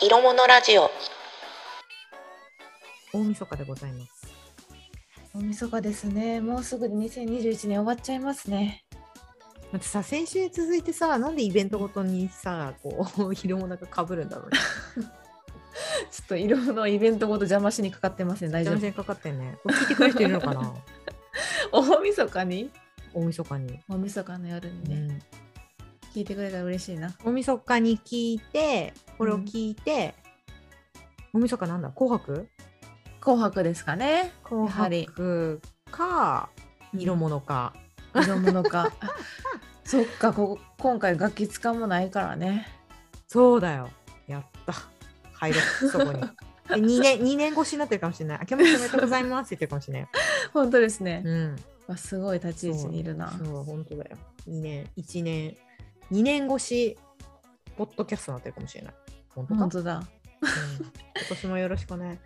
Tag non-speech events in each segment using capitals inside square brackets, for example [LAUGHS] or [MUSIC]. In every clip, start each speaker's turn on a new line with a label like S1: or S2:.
S1: 色物ラジオ
S2: 大晦日でございます。
S3: 大晦日ですね。もうすぐ2021年終わっちゃいますね。
S2: だってさ、先週に続いてさ、なんでイベントごとにさ、こう、 [LAUGHS] 昼もなんかかぶるんだろうね。
S3: ちょっといろんなイベントごと邪魔しにかかってますね。 [LAUGHS] 大丈
S2: 全然
S3: 夫。
S2: かかってんね。これ聞いてくれる人いるのかな [LAUGHS]
S3: 大晦日に
S2: 大晦日に。
S3: 大晦日の夜に
S2: う
S3: ね、
S2: ん
S3: 聞いてくれたら嬉しいな。
S2: 大晦日に聞いて、これを聞いて、大晦日なんだ紅白
S3: 紅白ですかね。
S2: 紅
S3: はり
S2: 白か、色物か。
S3: 色物か。 [LAUGHS] あそっか、ここ今回楽器使もないからね。
S2: そうだよ。やった。入ろう、そこ
S3: [LAUGHS]
S2: に。で2年 ,2 年越しになってるかもしれない。明けましておめでとうございますって言ってるかもしれない。
S3: 本当ですね。
S2: うん。
S3: わすごい立ち位置にいるな。
S2: そう、本当だよ。2年、1年、2年越し、ポッドキャストになってるかもしれない。本当か、
S3: 本
S2: うん
S3: 当だ。
S2: 今年もよろしくね。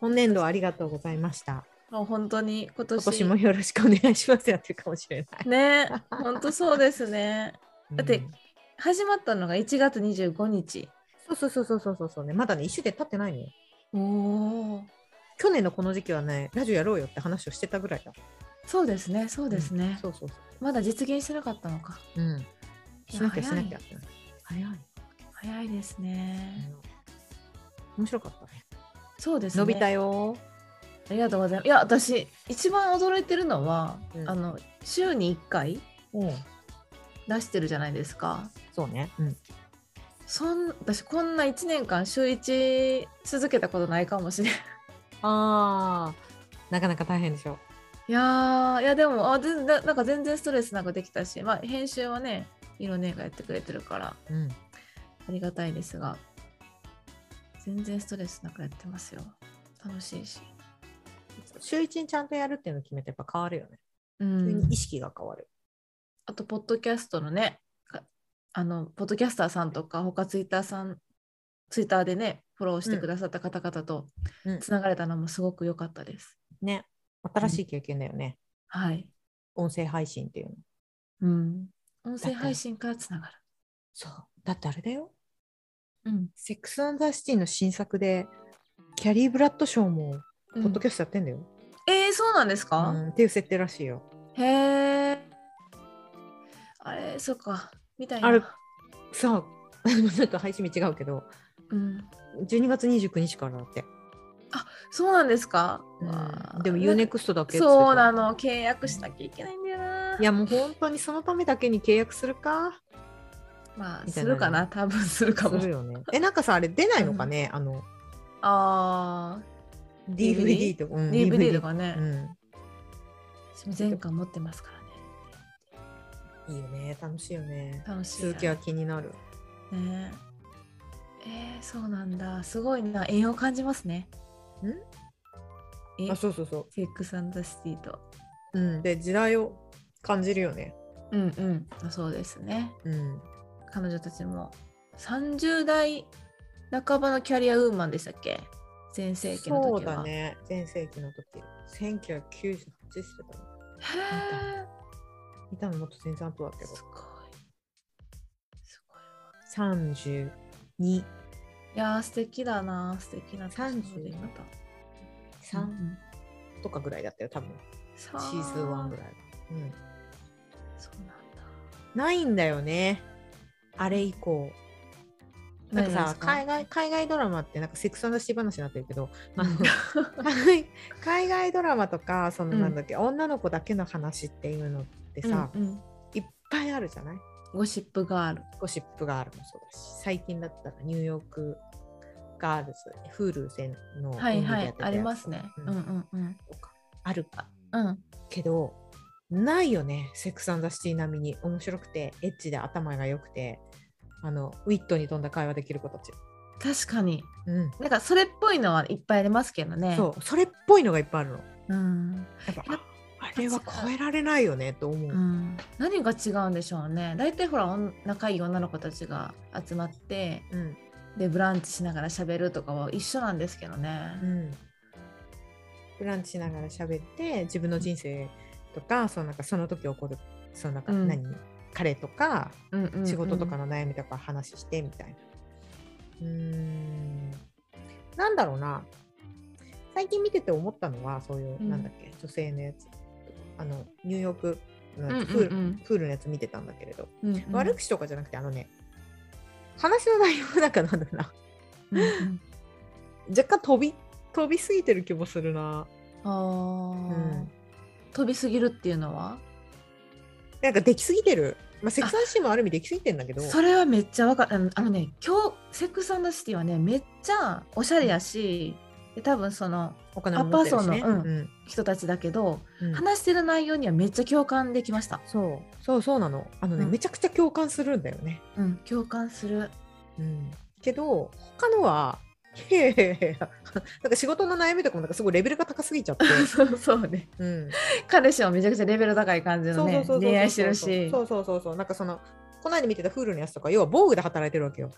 S2: 今年度ありがとうございました。
S3: もう本当に今年
S2: 今年もよろしくお願いしますやってるかもしれない。
S3: ね、本当そうですね。だって
S2: うん
S3: 始まったのが1月25日。
S2: そうそうそうそうそうそうね。まだね、1週で経ってないのよ。
S3: おお。
S2: 去年のこの時期はね、ラジオやろうよって話をしてたぐらいだ。
S3: そうですね、そうですね。
S2: うんそうそうそ
S3: まだ実現してなかったのか。
S2: う。うん。しなきゃし
S3: 早
S2: ないきゃ。早い。
S3: 早いですね。
S2: 面白かったね。
S3: そうですね。
S2: 伸びたよ。
S3: ありがとうございます。いや、私、一番驚いてるのは、
S2: うん
S3: あの、週に1回
S2: うん。
S3: 出してるじゃないですか。
S2: そうね。うん。
S3: そん私、こんな1年間、週1続けたことないかもしれ [LAUGHS] ない。
S2: ああ、なかなか大変でしょ。
S3: いやー、いや、でも、あ全然なんか全然ストレスなくできたし、まあ、編集はね、いろねがやってくれてるから、
S2: うん。
S3: ありがたいですが、全然ストレスなくやってますよ。楽しいし。
S2: 週一にちゃんとやるっていうのを決めてやっぱ変わるよね。
S3: う
S2: 急
S3: ん
S2: に意識が変わる。
S3: あと、ポッドキャストのね、かあの、ポッドキャスターさんとか、他ツイッターさん、ツイッターでね、フォローしてくださった方々と
S2: うん
S3: つながれたのもすごく良かったです。
S2: ね。新しい経験だよね。
S3: はい。
S2: 音声配信っていうの。
S3: うん。音声配信からつながる。
S2: そう。だってあれだよ。
S3: うん。
S2: セックスアンダーシティの新作で、キャリー・ブラッドショーも、
S3: う
S2: ポ
S3: ん
S2: ッドキャストやってんだよ。
S3: えー、そうなんです
S2: う
S3: か、
S2: んっていう設定らしいよ。
S3: へえ。あれ、そっか。みたいな。
S2: ある [LAUGHS] さあ、でもちょっと配信日違うけど、
S3: うん。
S2: 12月29日からだって。
S3: そうなんですか、わ
S2: う
S3: あ
S2: ん、でも UNEXT だけっつってた
S3: そうなの。契約しなきゃいけないんだよな。
S2: いやもう本当にそのためだけに契約するか
S3: まあ、
S2: みた
S3: す
S2: いな
S3: るかな。多分するかも
S2: す。るよね。え、なんかさ、あれ出ないのかね、あの、
S3: ああ。
S2: DVD とか、うん
S3: DVD とかね、
S2: う
S3: 前回持ってますから
S2: ん、い
S3: ね
S2: いよね楽しいよね
S3: 楽しい
S2: 続きは気になる
S3: ねえー、そうなんだすごいな縁を感じますね
S2: ん
S3: え
S2: あそうそうそ
S3: セックスアンダーシティと
S2: う、うん、で時代を感じるよね
S3: うんうんあそうですね
S2: うん
S3: 彼女たちも30代半ばのキャリアウーマンでしたっけ全盛期の時は
S2: そうだね全盛期の時1998してたの
S3: へえ
S2: いたのもっと全然後だけど
S3: すごいすごい
S2: 32
S3: いやー素敵だな素敵な年の出方
S2: 3とかぐらいだったよ多分
S3: シ
S2: シーズン1ぐらい、うん、
S3: そうなんだ
S2: ないんだよねあれ以降なんかさ海外海外ドラマってなんかセックスのし話になってるけど、あの海海外ドラマとかその
S3: うん
S2: なんだっけ、女の子だけの話っていうのってさ、
S3: うんうん
S2: いっぱいあるじゃない
S3: ゴシップガール
S2: ゴシップガールもそうだし最近だったらニューヨークガールズ Hulu 戦の
S3: はいは
S2: や
S3: い
S2: ってた
S3: あ
S2: やつ
S3: りますね
S2: う
S3: うんんうんうん
S2: とかある
S3: うん
S2: けどないよねセックスザシティ並みに面白くてエッチで頭が良くてあのウィットに富んだ会話できる子たち。
S3: 確かに
S2: うん
S3: なんかそれっぽいのはいっぱいありますけどね
S2: そうそれっぽいのがいっぱいあるの。
S3: ううん、
S2: やっぱ
S3: やっ
S2: ああれは超えられないよねと思う。
S3: うん、何が違うんでしょうね大体ほらおん仲いい女の子たちが集まって
S2: うん
S3: でブランチしながら喋るとかは一緒なんですけどね
S2: うんブランチしながら喋って自分の人生とかそのなんかその時起こるそのなんか
S3: うん
S2: 何、彼とか
S3: うんうんうん
S2: 仕事とかの悩みとか話してみたいな。うーんなんだろうな最近見てて思ったのはそういう、
S3: うん
S2: なんだっけ女性のやつあのニューヨークの
S3: うんうんう
S2: や
S3: ん
S2: つプールプールのやつ見てたんだけれど、
S3: うんうん
S2: 悪口とかじゃなくてあのね話の内容なんかなんだろうな
S3: うんうん
S2: 若干飛び飛びすぎてる気もするな
S3: あー
S2: うん
S3: 飛びすぎるっていうのは
S2: なんかできすぎてるまあセクサンシーもある意味できすぎてんだけど
S3: それはめっちゃわかるあのね今日セックスシティはねめっちゃおしゃれやし、で多分その
S2: お金も持ってるしね
S3: アッパー層のうん
S2: うん
S3: 人たちだけど、
S2: うん
S3: 話してる内容にはめっちゃ共感できました、
S2: そうそうそうなのあのね、
S3: うん
S2: めちゃくちゃ共感するんだよね、
S3: うん、共感
S2: [LAUGHS]
S3: する
S2: うん、けど他のはいやいやいやいやなんか仕事の悩みとかもなんかすごいレベルが高すぎち
S3: [LAUGHS]
S2: ゃって、
S3: そうそうね
S2: うん、
S3: 彼氏もめちゃくちゃレベル高い感じのね恋愛してるし
S2: そうそうそうそうなんかそのこの間見てたフールのやつとか要は防具で働いてるわけよ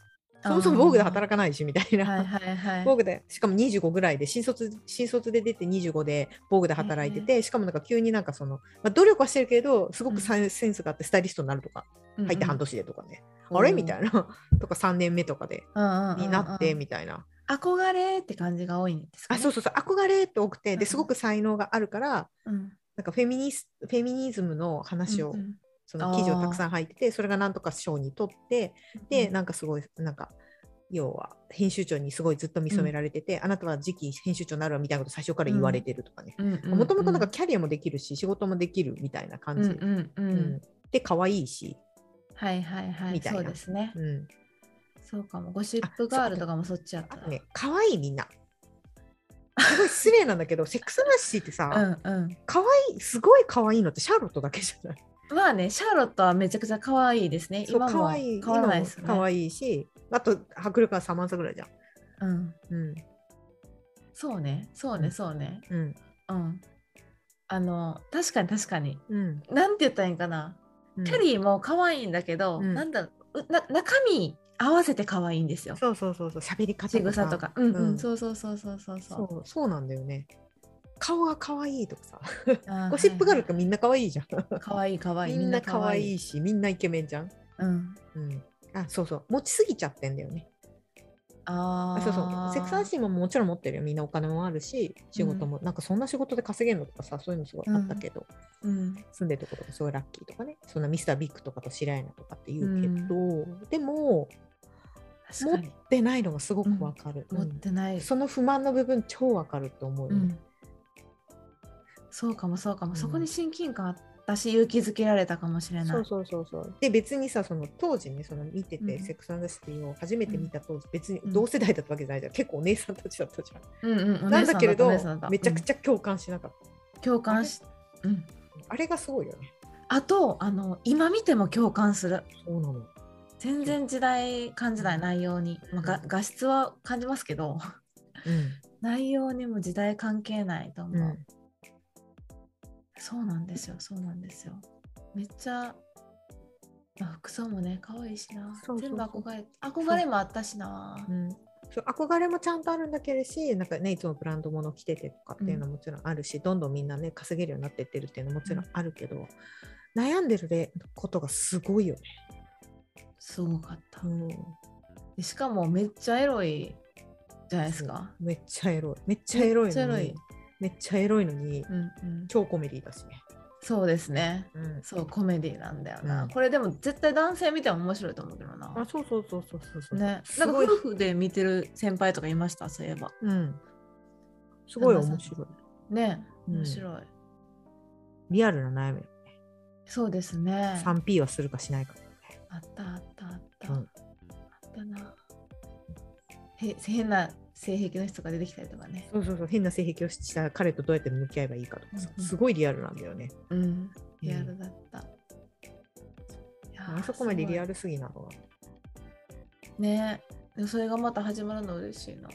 S3: あー
S2: そもそも防具で働かないしみたいな、
S3: はいはいはい
S2: 防具でしかも25ぐらいで新卒新卒で出て25で防具で働いてて、しかもなんか急になんかその、まあ、努力はしてるけどすごくサイセンスがあってスタイリストになるとか、
S3: うんうん
S2: 入って半年でとかね、あれみたいな [LAUGHS] とか3年目とかで
S3: うんうんうんうん
S2: になってみたいな、
S3: 憧れって感じが多いんですか、
S2: あ
S3: ね、
S2: そうそうそう憧れって多くて
S3: うん
S2: ですごく才能があるから
S3: うん
S2: なんかフェミニスフェミニズムの話を、
S3: うんうん
S2: その記事をたくさん入っててそれがなんとか賞にとってで、
S3: うん
S2: なんかすごいなんか要は編集長にすごいずっと見初められてて、あなたは次期編集長になるわみたいなこと最初から言われてるとかね
S3: うんうんうん
S2: もともとなんかキャリアもできるし仕事もできるみたいな
S3: う
S2: 感
S3: ん
S2: じ、
S3: うんう
S2: うん
S3: ん
S2: で可愛いし、
S3: はいはいはい
S2: みたいな
S3: そうですね
S2: うん、
S3: そうかもゴシップガールとかもそっちやっ
S2: あ
S3: た
S2: とね可愛いみん
S3: [LAUGHS]
S2: なすごい失礼なんだけどセックスなしってさ、
S3: うんうん
S2: 可愛いすごい可愛いのってシャーロットだけじゃない
S3: まあね、シャーロットはめちゃくちゃ可愛いですね。
S2: そう
S3: [LAUGHS] 今
S2: 可
S3: も
S2: 愛い
S3: 変わらないです
S2: 今も可
S3: ね。
S2: 愛いしあと迫力はサマンサぐらいじゃん
S3: うん、
S2: うん
S3: そうね、そう
S2: う
S3: ね、
S2: ん
S3: そうね。
S2: うん
S3: うん。あの、確かに確かに。
S2: うん
S3: なんて言ったらいいんかな。
S2: うん
S3: キャリーも可愛いんだけど、
S2: うん
S3: なんだうな中身合わせて可愛いんですよ。
S2: そうそうそうそう喋り方
S3: 仕草とか。うんうん、
S2: うん
S3: そうそうそうそうそう
S2: そ
S3: そう
S2: そうなんだよね顔が可愛いとかさ
S3: う。
S2: ゴシップガール
S3: か
S2: とかみんな可愛いじゃん
S3: 可愛い可愛い。
S2: みんな可愛
S3: い。
S2: いしみんなイケメンじゃん
S3: うん。
S2: うんあそうそう持ちすぎちゃってんだよね
S3: あ
S2: あ
S3: あ。
S2: そうそうセクサン
S3: ー
S2: シーももちろん持ってるよみんなお金もあるし仕事も、なんかそんな仕事で稼げるのとかさそういうのすごいあったけど、
S3: うん。
S2: 住んでるとことかすごいラッキーとかねそんなミスタービッグとかと知り合いなとかって言うけど、でも
S3: 確かに。
S2: 持ってないのがすごくわかる、
S3: 持っ
S2: うん
S3: てない。
S2: その不満の部分超わかると思う
S3: う
S2: よ、
S3: ん、そうかもそうかも、
S2: うん
S3: そこに親近感あったし勇気づけられたかもしれない
S2: そうそうそうそうで別にさその当時ねその見てて、
S3: うん
S2: セックスアンダシティを初めて見た当時、別に
S3: うん
S2: 同世代だったわけじゃないじゃん結構お姉さんたちだったじゃん、
S3: うんうん、
S2: なんだけれど
S3: お姉さんだったお
S2: めちゃく
S3: ゃ、
S2: ちゃ共感しなかった、
S3: うん共感しうん、
S2: あれがすごいよね
S3: あとあの今見ても共感する
S2: そうなの
S3: 全然時代感じない内容に、まあ、が画質は感じますけど [LAUGHS] 内容にも時代関係ないと思
S2: う
S3: う、
S2: ん、
S3: そうなんですよそうなんですよめっちゃ、まあ、服装もね可愛いしな
S2: そうそうそう
S3: 全部憧れ憧れもあったしな
S2: うんそう憧れもちゃんとあるんだけれしなんか、ね、いつもブランド物着ててとかっていうのももちろんあるし、どんどんみんな、ね、稼げるようになってってるっていうのももちろんあるけど、悩んでるれことがすごいよね。
S3: すごかった
S2: うん
S3: でしかもめっちゃエロいじゃないですか。
S2: めっちゃエロい。めっちゃエロいのに。めっちゃエロいのに、
S3: うんうん、
S2: 超コメディだしね。
S3: そうですね。
S2: うん、
S3: そうコメディなんだよな、
S2: うん
S3: これでも絶対男性見ても面白いと思うけど
S2: あ
S3: な。
S2: そうそうそうそうそうそう。
S3: ね、
S2: す
S3: なんか
S2: ごい
S3: 夫婦で見てる先輩とかいましたそういえば。
S2: うん、すごい面白い。
S3: ね
S2: うん
S3: 面白い。
S2: リアルな悩み。
S3: そうですね。
S2: 3P はするかしないか。
S3: あったあったあった。
S2: うん
S3: あったな。へ変な性癖の人が出てきたりとかね。
S2: そうそうそう変な性癖をした彼とどうやって向き合えばいいかとかさ、
S3: うんうん
S2: すごいリアルなんだよね。
S3: うん。
S2: うん
S3: リアルだった。いやー
S2: あそこまです
S3: ごい
S2: リアルすぎなのが。
S3: ねでもそれがまた始まるの嬉しいな。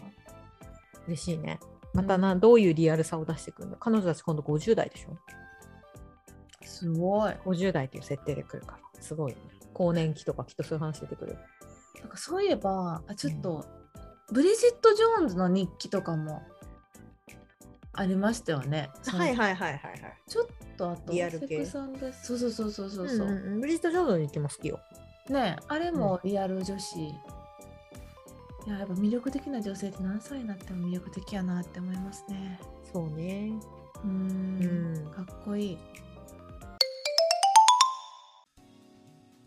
S2: 嬉しいね。またな、どういうリアルさを出してくるの彼女たち今度50代でしょ
S3: すごい。
S2: 50代っていう設定で来るからすごいよね、更年期とかきっとそういう話出てくる
S3: なんかそういえば、あちょっと、ブリジット・ジョーンズの日記とかもありましたよね。その
S2: はいはいはいはい
S3: ちょっとあと、
S2: リアル系
S3: セクさんでそうそうそうそうそううんそう、
S2: うんうんブリジット・ジョーンズに行きます好きよ
S3: ねあれもリアル女子、いややっぱ魅力的な女性って何歳になっても魅力的やなって思いますね。
S2: そうね。
S3: うーん
S2: うん
S3: かっこいい。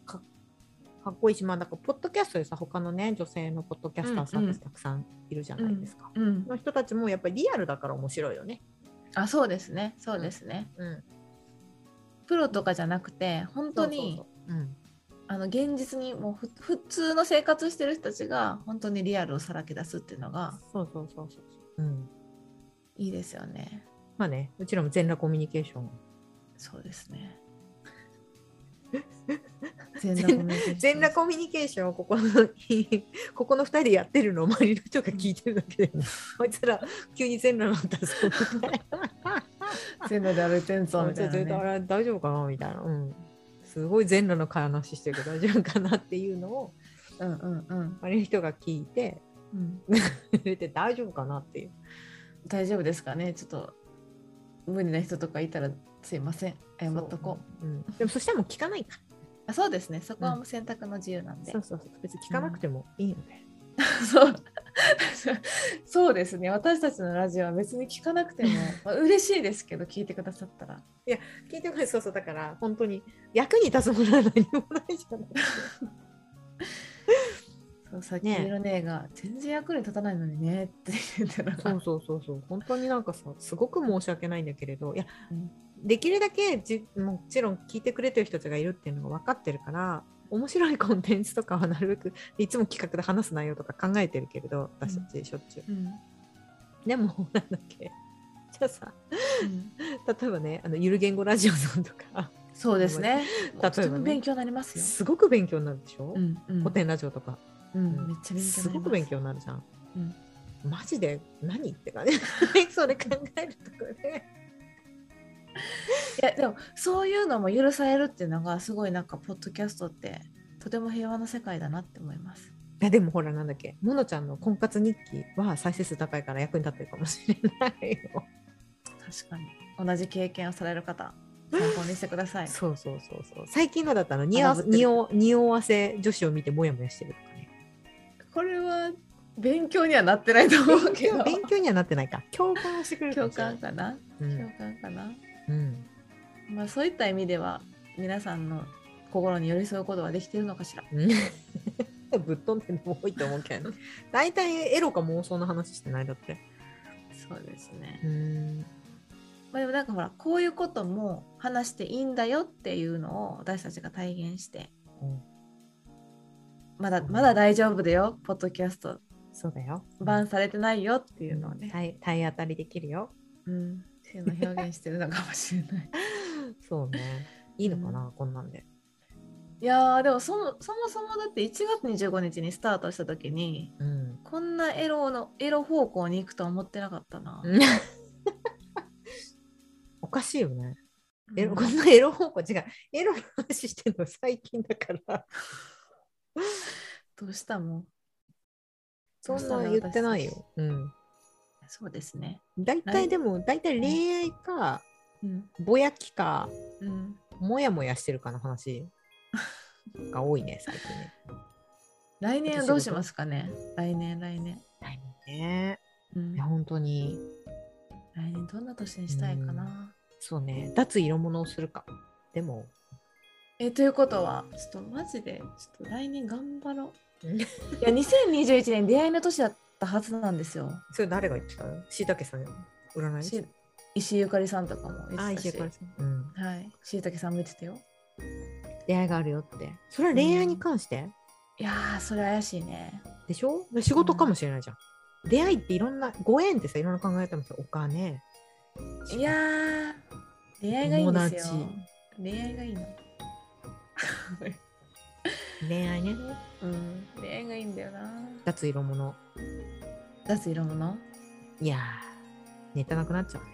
S2: かっこいいし、まあ、だからポッドキャストでさ、他のね、女性のポッドキャスターさん
S3: うん
S2: っ
S3: うん
S2: てたくさんいるじゃないですか。
S3: うん、
S2: の人たちもやっぱりリアルだから面白いよね。
S3: あそうですねそうですね。
S2: うん。
S3: プロとかじゃなくて本当に
S2: そうそうそう。うん。
S3: あの現実にもうふ普通の生活してる人たちが本当にリアルをさらけ出すっていうのが
S2: そうそうそうそうそう。うん。
S3: いいですよね。
S2: まあね、うちらも全裸コミュニケーション。
S3: そうです [LAUGHS] ね。全裸コミュニケーション
S2: 全裸コミュニケーションをここの [LAUGHS] ここの2人でやってるのを周りの人が聞いてるだけで、こいつら急に全裸になったぞみたいな。
S3: 全裸で歩いてんぞみたいな、
S2: ちょっとあ
S3: ね。
S2: れ大丈夫かなみたいな、うん、すごい全裸の話してるけど大丈夫かなっていうのを
S3: うんうんうん
S2: 周りの人が聞いて
S3: うん。
S2: [LAUGHS] 言って大丈夫かなっていう
S3: 大丈夫ですかねちょっと無理な人とかいたらすいません謝っとこう。
S2: う、うん、 [LAUGHS] でもそしたらもう聞かないか
S3: あそうですねそこはもう選択の自由なん
S2: ら
S3: で。
S2: そうそうそう別に聞かなくてもいいので、
S3: そう。そうですね。私たちのラジオは別に聞かなくても、まあ、嬉しいですけど、聞いてくださったら。
S2: 聞いてくれそうそうだから本当に役に立つものは何もないじゃない
S3: そうさっき
S2: ねえ
S3: エロネが、全然役に立たないのにねって言ってたの
S2: [LAUGHS] そ
S3: が
S2: うそうそうそう本当になんかさすごく申し訳ないんだけれどいや、
S3: うん
S2: できるだけじもちろん聞いてくれてる人たちがいるっていうのが分かってるから面白いコンテンツとかはなるべくいつも企画で話す内容とか考えてるけれど私たちしょっちゅう、
S3: [LAUGHS] うん
S2: でもなんだっけじゃあさ
S3: うん
S2: 例えばねあのゆる言語ラジオさんとか
S3: そうですね。
S2: ばね
S3: とても勉強になりますよ。
S2: すごく勉強になるでしょ、
S3: うんうん
S2: 古典ラジオとか、
S3: うん、めっちゃ勉強になります。
S2: すごく勉強になるじゃん、
S3: うん
S2: マジで何ってかね [LAUGHS] それ考えるとこね
S3: いやでもそういうのも許されるっていうのがすごいなんかポッドキャストってとても平和な世界だなって思います。
S2: いやでもほらなんだっけモノちゃんの婚活日記は再生数高いから役に立ってるかもしれないよ。
S3: 確かに同じ経験をされる方参考にしてくだ [LAUGHS] さい。
S2: そうそうそうそう。最近のだったのにお
S3: 学ぶってる
S2: におにおわせ女子を見てモヤモヤしてるとかね。
S3: これは勉強にはなってないと思う
S2: 勉
S3: け
S2: 強
S3: ど
S2: 勉強にはなってないか。共感をしてくれるか
S3: 共
S2: もしれない
S3: 感。かな、共感かな、
S2: うん。うん。
S3: まあ、そういった意味では皆さんの心に寄り添うことはできてるのかしら
S2: うん [LAUGHS] ぶっ飛んでるのも多いと思うけどね。大体エロか妄想の話してないだって。
S3: そうですね、
S2: うん。
S3: まあ、でもなんかほらこういうことも話していいんだよっていうのを私たちが体現して
S2: うん
S3: まだまだ大丈夫だよポッドキャスト
S2: そうだよ。
S3: バンされてないよっていうのをね、
S2: 体体当たりできるよ。
S3: うん、っていうのを表現してるのかもしれない
S2: そうね。 [LAUGHS] いいのかな、こんなんで。
S3: [LAUGHS] いやーでもそもそもそもだって1月25日にスタートした時に
S2: うん。
S3: こんなエロのエロ方向に行くとは思ってなかったな。
S2: うん [LAUGHS] おかしいよね。エロ [LAUGHS]
S3: うん
S2: こんなエロ方向違う。エロの話してるの最近だから。
S3: どうしたもん
S2: そんな言ってないよ。うん。
S3: そうですね。
S2: 大
S3: は
S2: 体
S3: い
S2: でも、大体恋愛か、
S3: うん。
S2: ぼやきか、
S3: うん。
S2: もやもやしてるかの
S3: [LAUGHS]
S2: 話が多いね、最近ね。
S3: 来年はどうしますかね来年、来年。
S2: 来年ね。
S3: うん
S2: いや、
S3: 来
S2: 本当に。
S3: 年どんな年にしたいかな。
S2: そうね。脱色物をするか。でも、
S3: え、ということは、ちょっとマジで、ちょっと来年頑張ろう。
S2: うん
S3: いや、2021年出会いの年だったはずなんですよ。
S2: それ誰が言ってたのしいたけさん占い
S3: し石井ゆかりさんとかも言って
S2: あ、
S3: た
S2: 石
S3: し。
S2: 井ゆかりさん。うん。
S3: はい。しいたけさんも言ってたよ。
S2: 出会いがあるよって。それは恋愛に関して、
S3: いやー、それ怪しいね。
S2: でしょ仕事かもしれないじゃん。出会いっていろんな、ご縁ってさ、いろんな考え方もさ、お金、
S3: いやー、恋愛がいいんですよ
S2: 友。
S3: 恋愛がいい [LAUGHS] の。
S2: 恋愛ね、
S3: うん、恋愛がいいんだよな。
S2: 脱色物。
S3: 出す色物
S2: いやー、ネタなくなっちゃうね。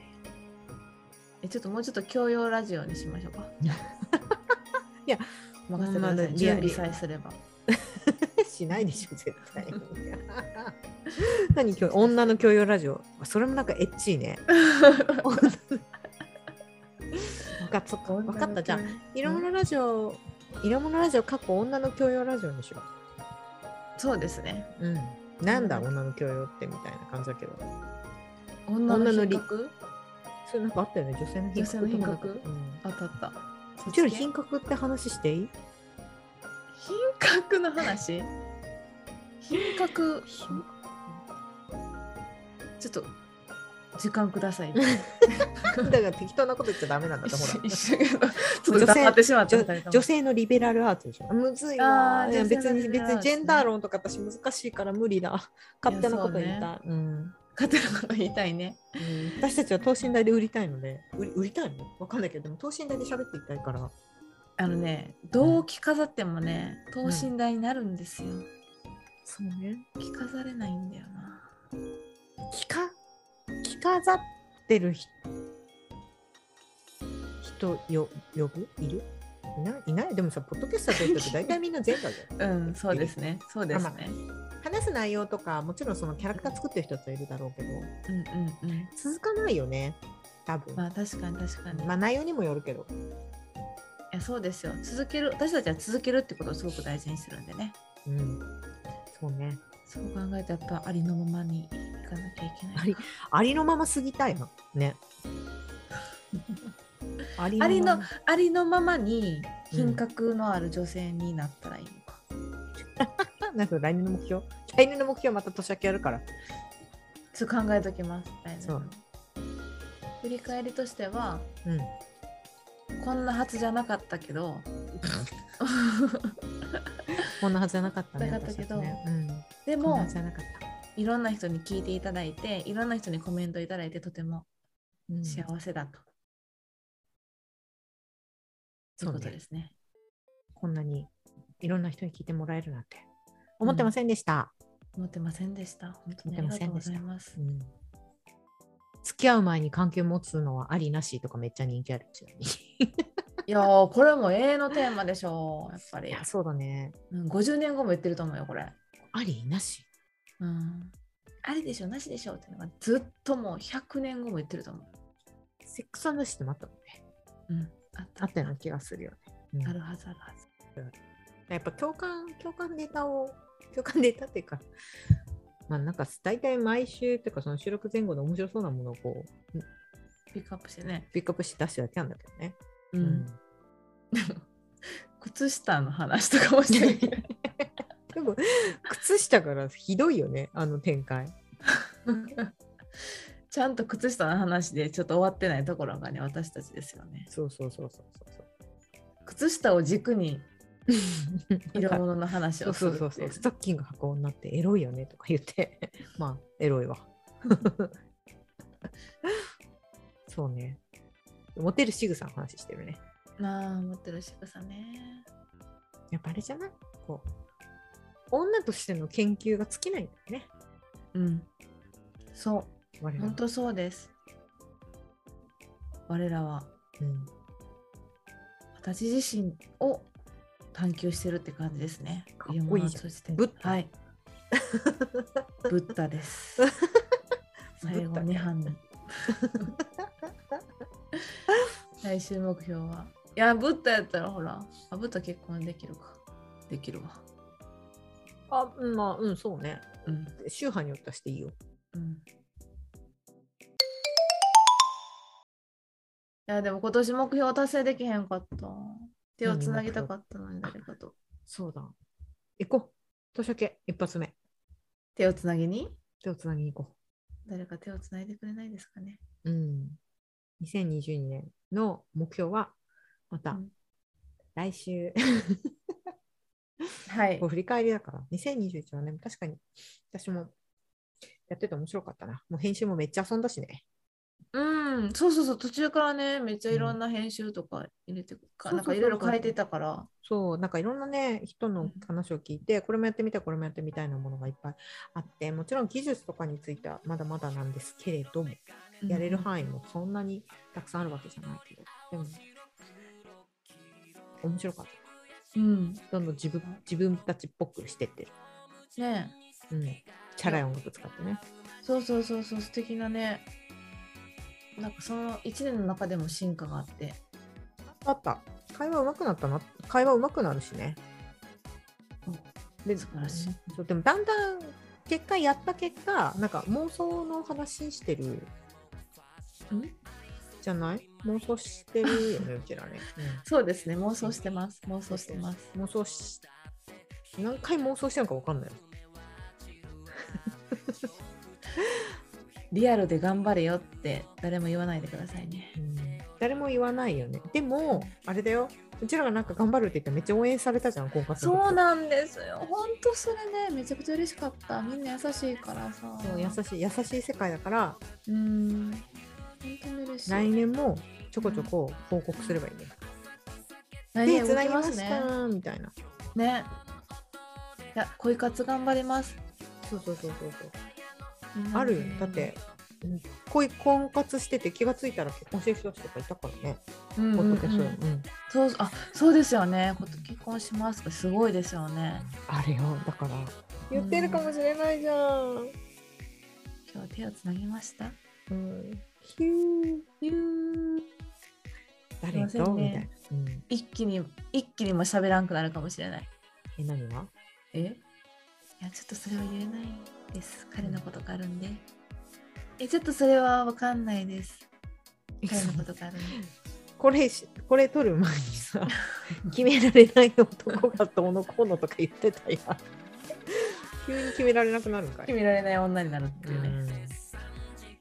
S3: え、ちょっともうちょっと教養ラジオにしましょうか。
S2: [LAUGHS] いや、
S3: 任せてくだ
S2: ま
S3: さ
S2: あ
S3: い。
S2: リ
S3: 準
S2: アリ
S3: 備さえす
S2: [LAUGHS]
S3: れば。
S2: しないでしょ、絶対。 [LAUGHS] 何今日、女の教養ラジオ。それもなんかエッチいね。分かった、そっか分かった。じゃあ、色物ラジオ、色物ラジオ、過去女の教養ラジオにしよ
S3: そうですね。
S2: う。うん。なんだ女の教養ってみたいな感じだけど
S3: 女の
S2: 女のり
S3: 品格
S2: それなんかあったよね女性の品格とかなんかう
S3: 女性の品格
S2: ん
S3: あったあった。そっ
S2: ちょ
S3: ち
S2: り
S3: 品
S2: 品格って話して [LAUGHS] いい
S3: 格の話品格ちょっと時間く
S2: [LAUGHS]
S3: ださい。
S2: だから適当なこと言っちゃダメなんだって
S3: 一
S2: ほら
S3: 瞬
S2: [LAUGHS]
S3: 一瞬ちょっと黙ってしまったみたいな。
S2: 女性のリベラルアーツでしょむずいわ
S3: あー
S2: いや
S3: 女性
S2: 別
S3: の
S2: に
S3: リベ
S2: 別
S3: ラルアー
S2: に
S3: ツね
S2: ジェンダー論とか私難しいから無理だ勝手なこと言いたいうん
S3: 勝手なこと言いたいね。
S2: うん私たちは等身大で売りたいので売り売りたいのわかんないけどでも等身大で喋っていきたいから
S3: あのね、どう着飾ってもね、等身大になるんですよ。
S2: そうね
S3: 着飾れないんだよな。
S2: 着か着飾ってる人人よ呼ぶいるいないいないでもさポッドキャストやってる
S3: [LAUGHS]
S2: 人って大体みんなジェンダーじゃん
S3: うん、そうですね。そうですね。
S2: 話す内容とかもちろんそのキャラクター作ってる人はいるだろうけど
S3: うんうんうん。
S2: 続かないよね多分
S3: まあ確かに確かに。
S2: まあ内容にもよるけど
S3: いやそうですよ続ける私たちは続けるってことをすごく大事にしてるんでね
S2: うんそうね
S3: そう考えたらやっぱありのままにいかなきゃいけない
S2: ありありのまま過ぎたいな
S3: [LAUGHS]
S2: ねありまま
S3: ありのままに品格のある女性になったらいいのか、
S2: なんか来年の目標来年の目標また年明けやるから
S3: ちょっと考えときます来年
S2: そう
S3: 振り返りとしては
S2: うん
S3: こんなはずじゃなかったけど
S2: こんなはずじゃなかったね
S3: なかったけど
S2: 私たちねうん
S3: で
S2: こんなは
S3: も
S2: ずじゃなかった
S3: いろんな人に聞いていただいていろんな人にコメントいただいてとても
S2: うん
S3: 幸せだと、
S2: そう
S3: いう
S2: ね
S3: ことですね
S2: こんなにいろんな人に聞いてもらえるなんて思ってませんでした、
S3: 思ってませんでした本当にあり
S2: 思っ
S3: が
S2: てませ
S3: とうんご
S2: でした
S3: ざいます
S2: うん付き合う前に関係持つのはありなしとかめっちゃ人気あるちなみに [LAUGHS]
S3: いやーこれも永遠のテーマでしょうやっぱり、
S2: そうだね
S3: うん、50年後も言ってると思うよこれ、
S2: ありなし
S3: うん、ありでしょなしでしょってのがずっともう100年後も言ってると思
S2: セックスなしってもあったもんね
S3: う、うん、あった
S2: あったような気がするよね、うん
S3: あるはずあるはず
S2: やっぱ共感共感データを共感データっていうか [LAUGHS] まあなんか大体毎週っていうかその収録前後の面白そうなものをこう
S3: ピックアップしてね、
S2: ピックアップして出してるだけなんだけどね、
S3: う、
S2: うん
S3: 靴下の話とかもしてるけど [LAUGHS]
S2: でも [LAUGHS] 靴下からひどいよねあの展開
S3: ちゃんと靴下の話でちょっと終わってないところがね私たちですよね
S2: そうそうそうそうそうそう
S3: 靴下を軸に色物の話
S2: そ
S3: を
S2: う
S3: す
S2: そ
S3: る
S2: う
S3: ってい
S2: そうそうストッキング箱になってエロいよねとか言って [LAUGHS] まあエロいわ [LAUGHS] そうねモテる仕草の話してるね
S3: なあ持ってる仕草ね
S2: やっぱあれじゃないこう女としての研究が尽きないんだよね
S3: うんそう
S2: 我々
S3: 本当そうです。我らは
S2: うん、
S3: 私自身を探求してるって感じですね。
S2: かっこいいじゃん
S3: ん。て
S2: ブッダ [LAUGHS]
S3: はい。ブッダです。最後2
S2: [LAUGHS]
S3: 班に。来週目標は。いや、ブッダやったらほら、あブッダ結婚できるか。できるわ。
S2: あまあうんそうね
S3: うん。
S2: 宗派によってはしていいよ
S3: うんいやでも今年目標達成できへんかった。手をつなぎたかったのに誰かと。
S2: そうだ行こう年明け一発目
S3: 手をつなぎに
S2: 手をつなぎに行こ
S3: 誰か手をつないでくれないですかね。
S2: ううん2022年の目標はま
S3: う
S2: た
S3: ん
S2: 来週、 [LAUGHS]
S3: はい
S2: こう。振り返りだから2021はね確かに私もやってて面白かったなもう編集もめっちゃ遊んだしね
S3: うん、そうそうそう、途中からね、めっちゃいろんな編集とか入れてか、なんかいろいろ変えてたから。
S2: そうなんかいろんなね人
S3: う
S2: の
S3: ん
S2: 話を聞いてこれもやってみたいこれもやってみたいなものがいっぱいあってもちろん技術とかについてはまだまだなんですけれどもやれる範囲もそんなにたくさんあるわけじゃないけどでも面白かった
S3: 囲。うん。
S2: どんどん自分自分たちっぽくしてってる、
S3: ね
S2: うん、チャラい音楽使ってね
S3: そうそうそうそう、素敵なね。なんかその1年の中でも進化があって。
S2: あった会話上手くなったな会話上手くなるしね
S3: うん
S2: で
S3: 素晴らしい
S2: そうでもだんだん結果やった結果なんか妄想の話してるんじゃない妄想してる [LAUGHS] よねうちらね、
S3: そうですね、妄想してます。妄想してます。
S2: うん、妄想し何回妄想してるのかわかんない
S3: リアルで頑張れよって誰も言わないでくださいね。
S2: 誰も言わないよね。でも、あれだよ。うちらがなんか頑張るって言ってめっちゃ応援されたじゃん、婚活の時
S3: そうなんですよ。本当それね、めちゃくちゃ嬉しかった。みんな優しいからさ。
S2: そう優しい、優しい世界だから、
S3: うーん。本当に嬉しい。
S2: 来年もちょこちょこ報告すればいいね。
S3: 来
S2: で、
S3: 年
S2: つ
S3: 動
S2: な
S3: き
S2: ぎま
S3: ます
S2: し
S3: ね。
S2: た、みたいな。
S3: ね。いや、恋活頑張ります。
S2: そうそうそうそうそう。
S3: みんな
S2: あるよね。だって、うん恋婚活してて気がついたら結婚してる人とかいたからね。
S3: うんうん
S2: ポ
S3: うん
S2: ッドキャストでうん
S3: そうあそうですよね。こと結婚しますかすごいですよね。
S2: あれよ、だから。言ってるかもしれないじゃん。
S3: 今日手をつなぎました。
S2: うん。ヒュー、ヒュー。誰
S3: すいませ
S2: と、
S3: ん
S2: みたいな
S3: ね。
S2: うん。
S3: 一気に一気にも喋らんくなるかもしれない。
S2: え、何が
S3: えいやちょっとそれは言えないです。彼のことがあるんで。えちょっとそれはわかんないです。彼のことがあるんで。
S2: これしこれ取る前にさ [LAUGHS] 決められない男がどうのこうのとか言ってたや [LAUGHS] ん急に決められなくなるんかい
S3: 決められない女になるって
S2: う
S3: いうね。
S2: ん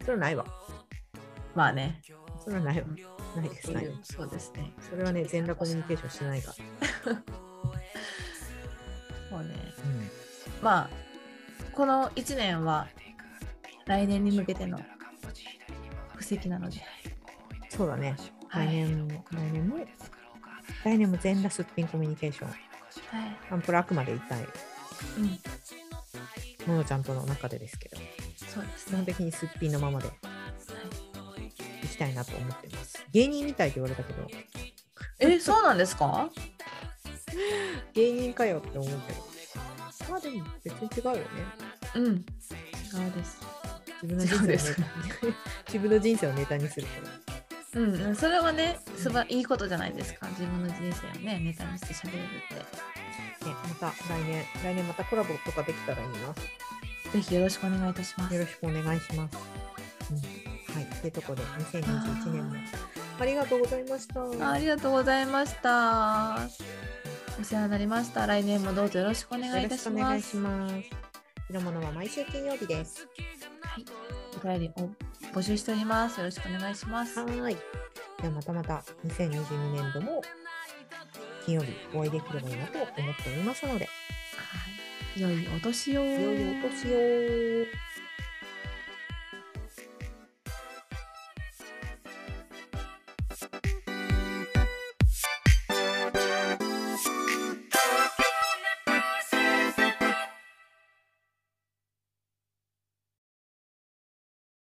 S2: それはないわ
S3: まあね。
S2: それはないわ
S3: そ
S2: ないです
S3: う
S2: ないいう
S3: そうですね。
S2: それはね全裸コミュニケーションしてないか
S3: も
S2: ら、
S3: うね。
S2: うん
S3: まあこの1年は来年に向けての布石なので、
S2: そうだね
S3: は
S2: 来
S3: い
S2: 年も、来年も来年も全裸すっぴんコミュニケーション
S3: はい
S2: アンプラあくまで言いたい
S3: うん、
S2: ののちゃんとの中でですけど
S3: そうです
S2: 基本
S3: ね。
S2: 的にすっぴんのままで
S3: はい
S2: いきたいなと思ってます芸人みたいって言われたけど
S3: え、そうなんですか？
S2: 芸人かよって思うけどまあでも別に違うよね
S3: うん、違うです。
S2: 自分の人生を
S3: そうで
S2: ネ
S3: す
S2: タ [LAUGHS] 自分の人生をネタにするから
S3: うん、うん、それはね、すばいいことじゃないですか。自分の人生をね、ネタにして喋れるっ
S2: ねまた来年来年またコラボとかできたらいいな
S3: て。ぜひよろしくお願いいたします。
S2: よろしくお願いします、うん、はいというところで2021年もありがとうございました
S3: あありがとうございました。お世話になりました。来年もどうぞよろしくお願い
S2: よ
S3: い
S2: ろ
S3: た
S2: し
S3: し
S2: くお願
S3: ま
S2: いし
S3: す。
S2: ます色物は毎週金曜日です
S3: お便りを募集しております。よろしくお願いします
S2: は。ーいではまたまた2022年度も金曜日お会いできればいいなと思っておりますので
S3: はい、良いお年を。
S2: 良いお年を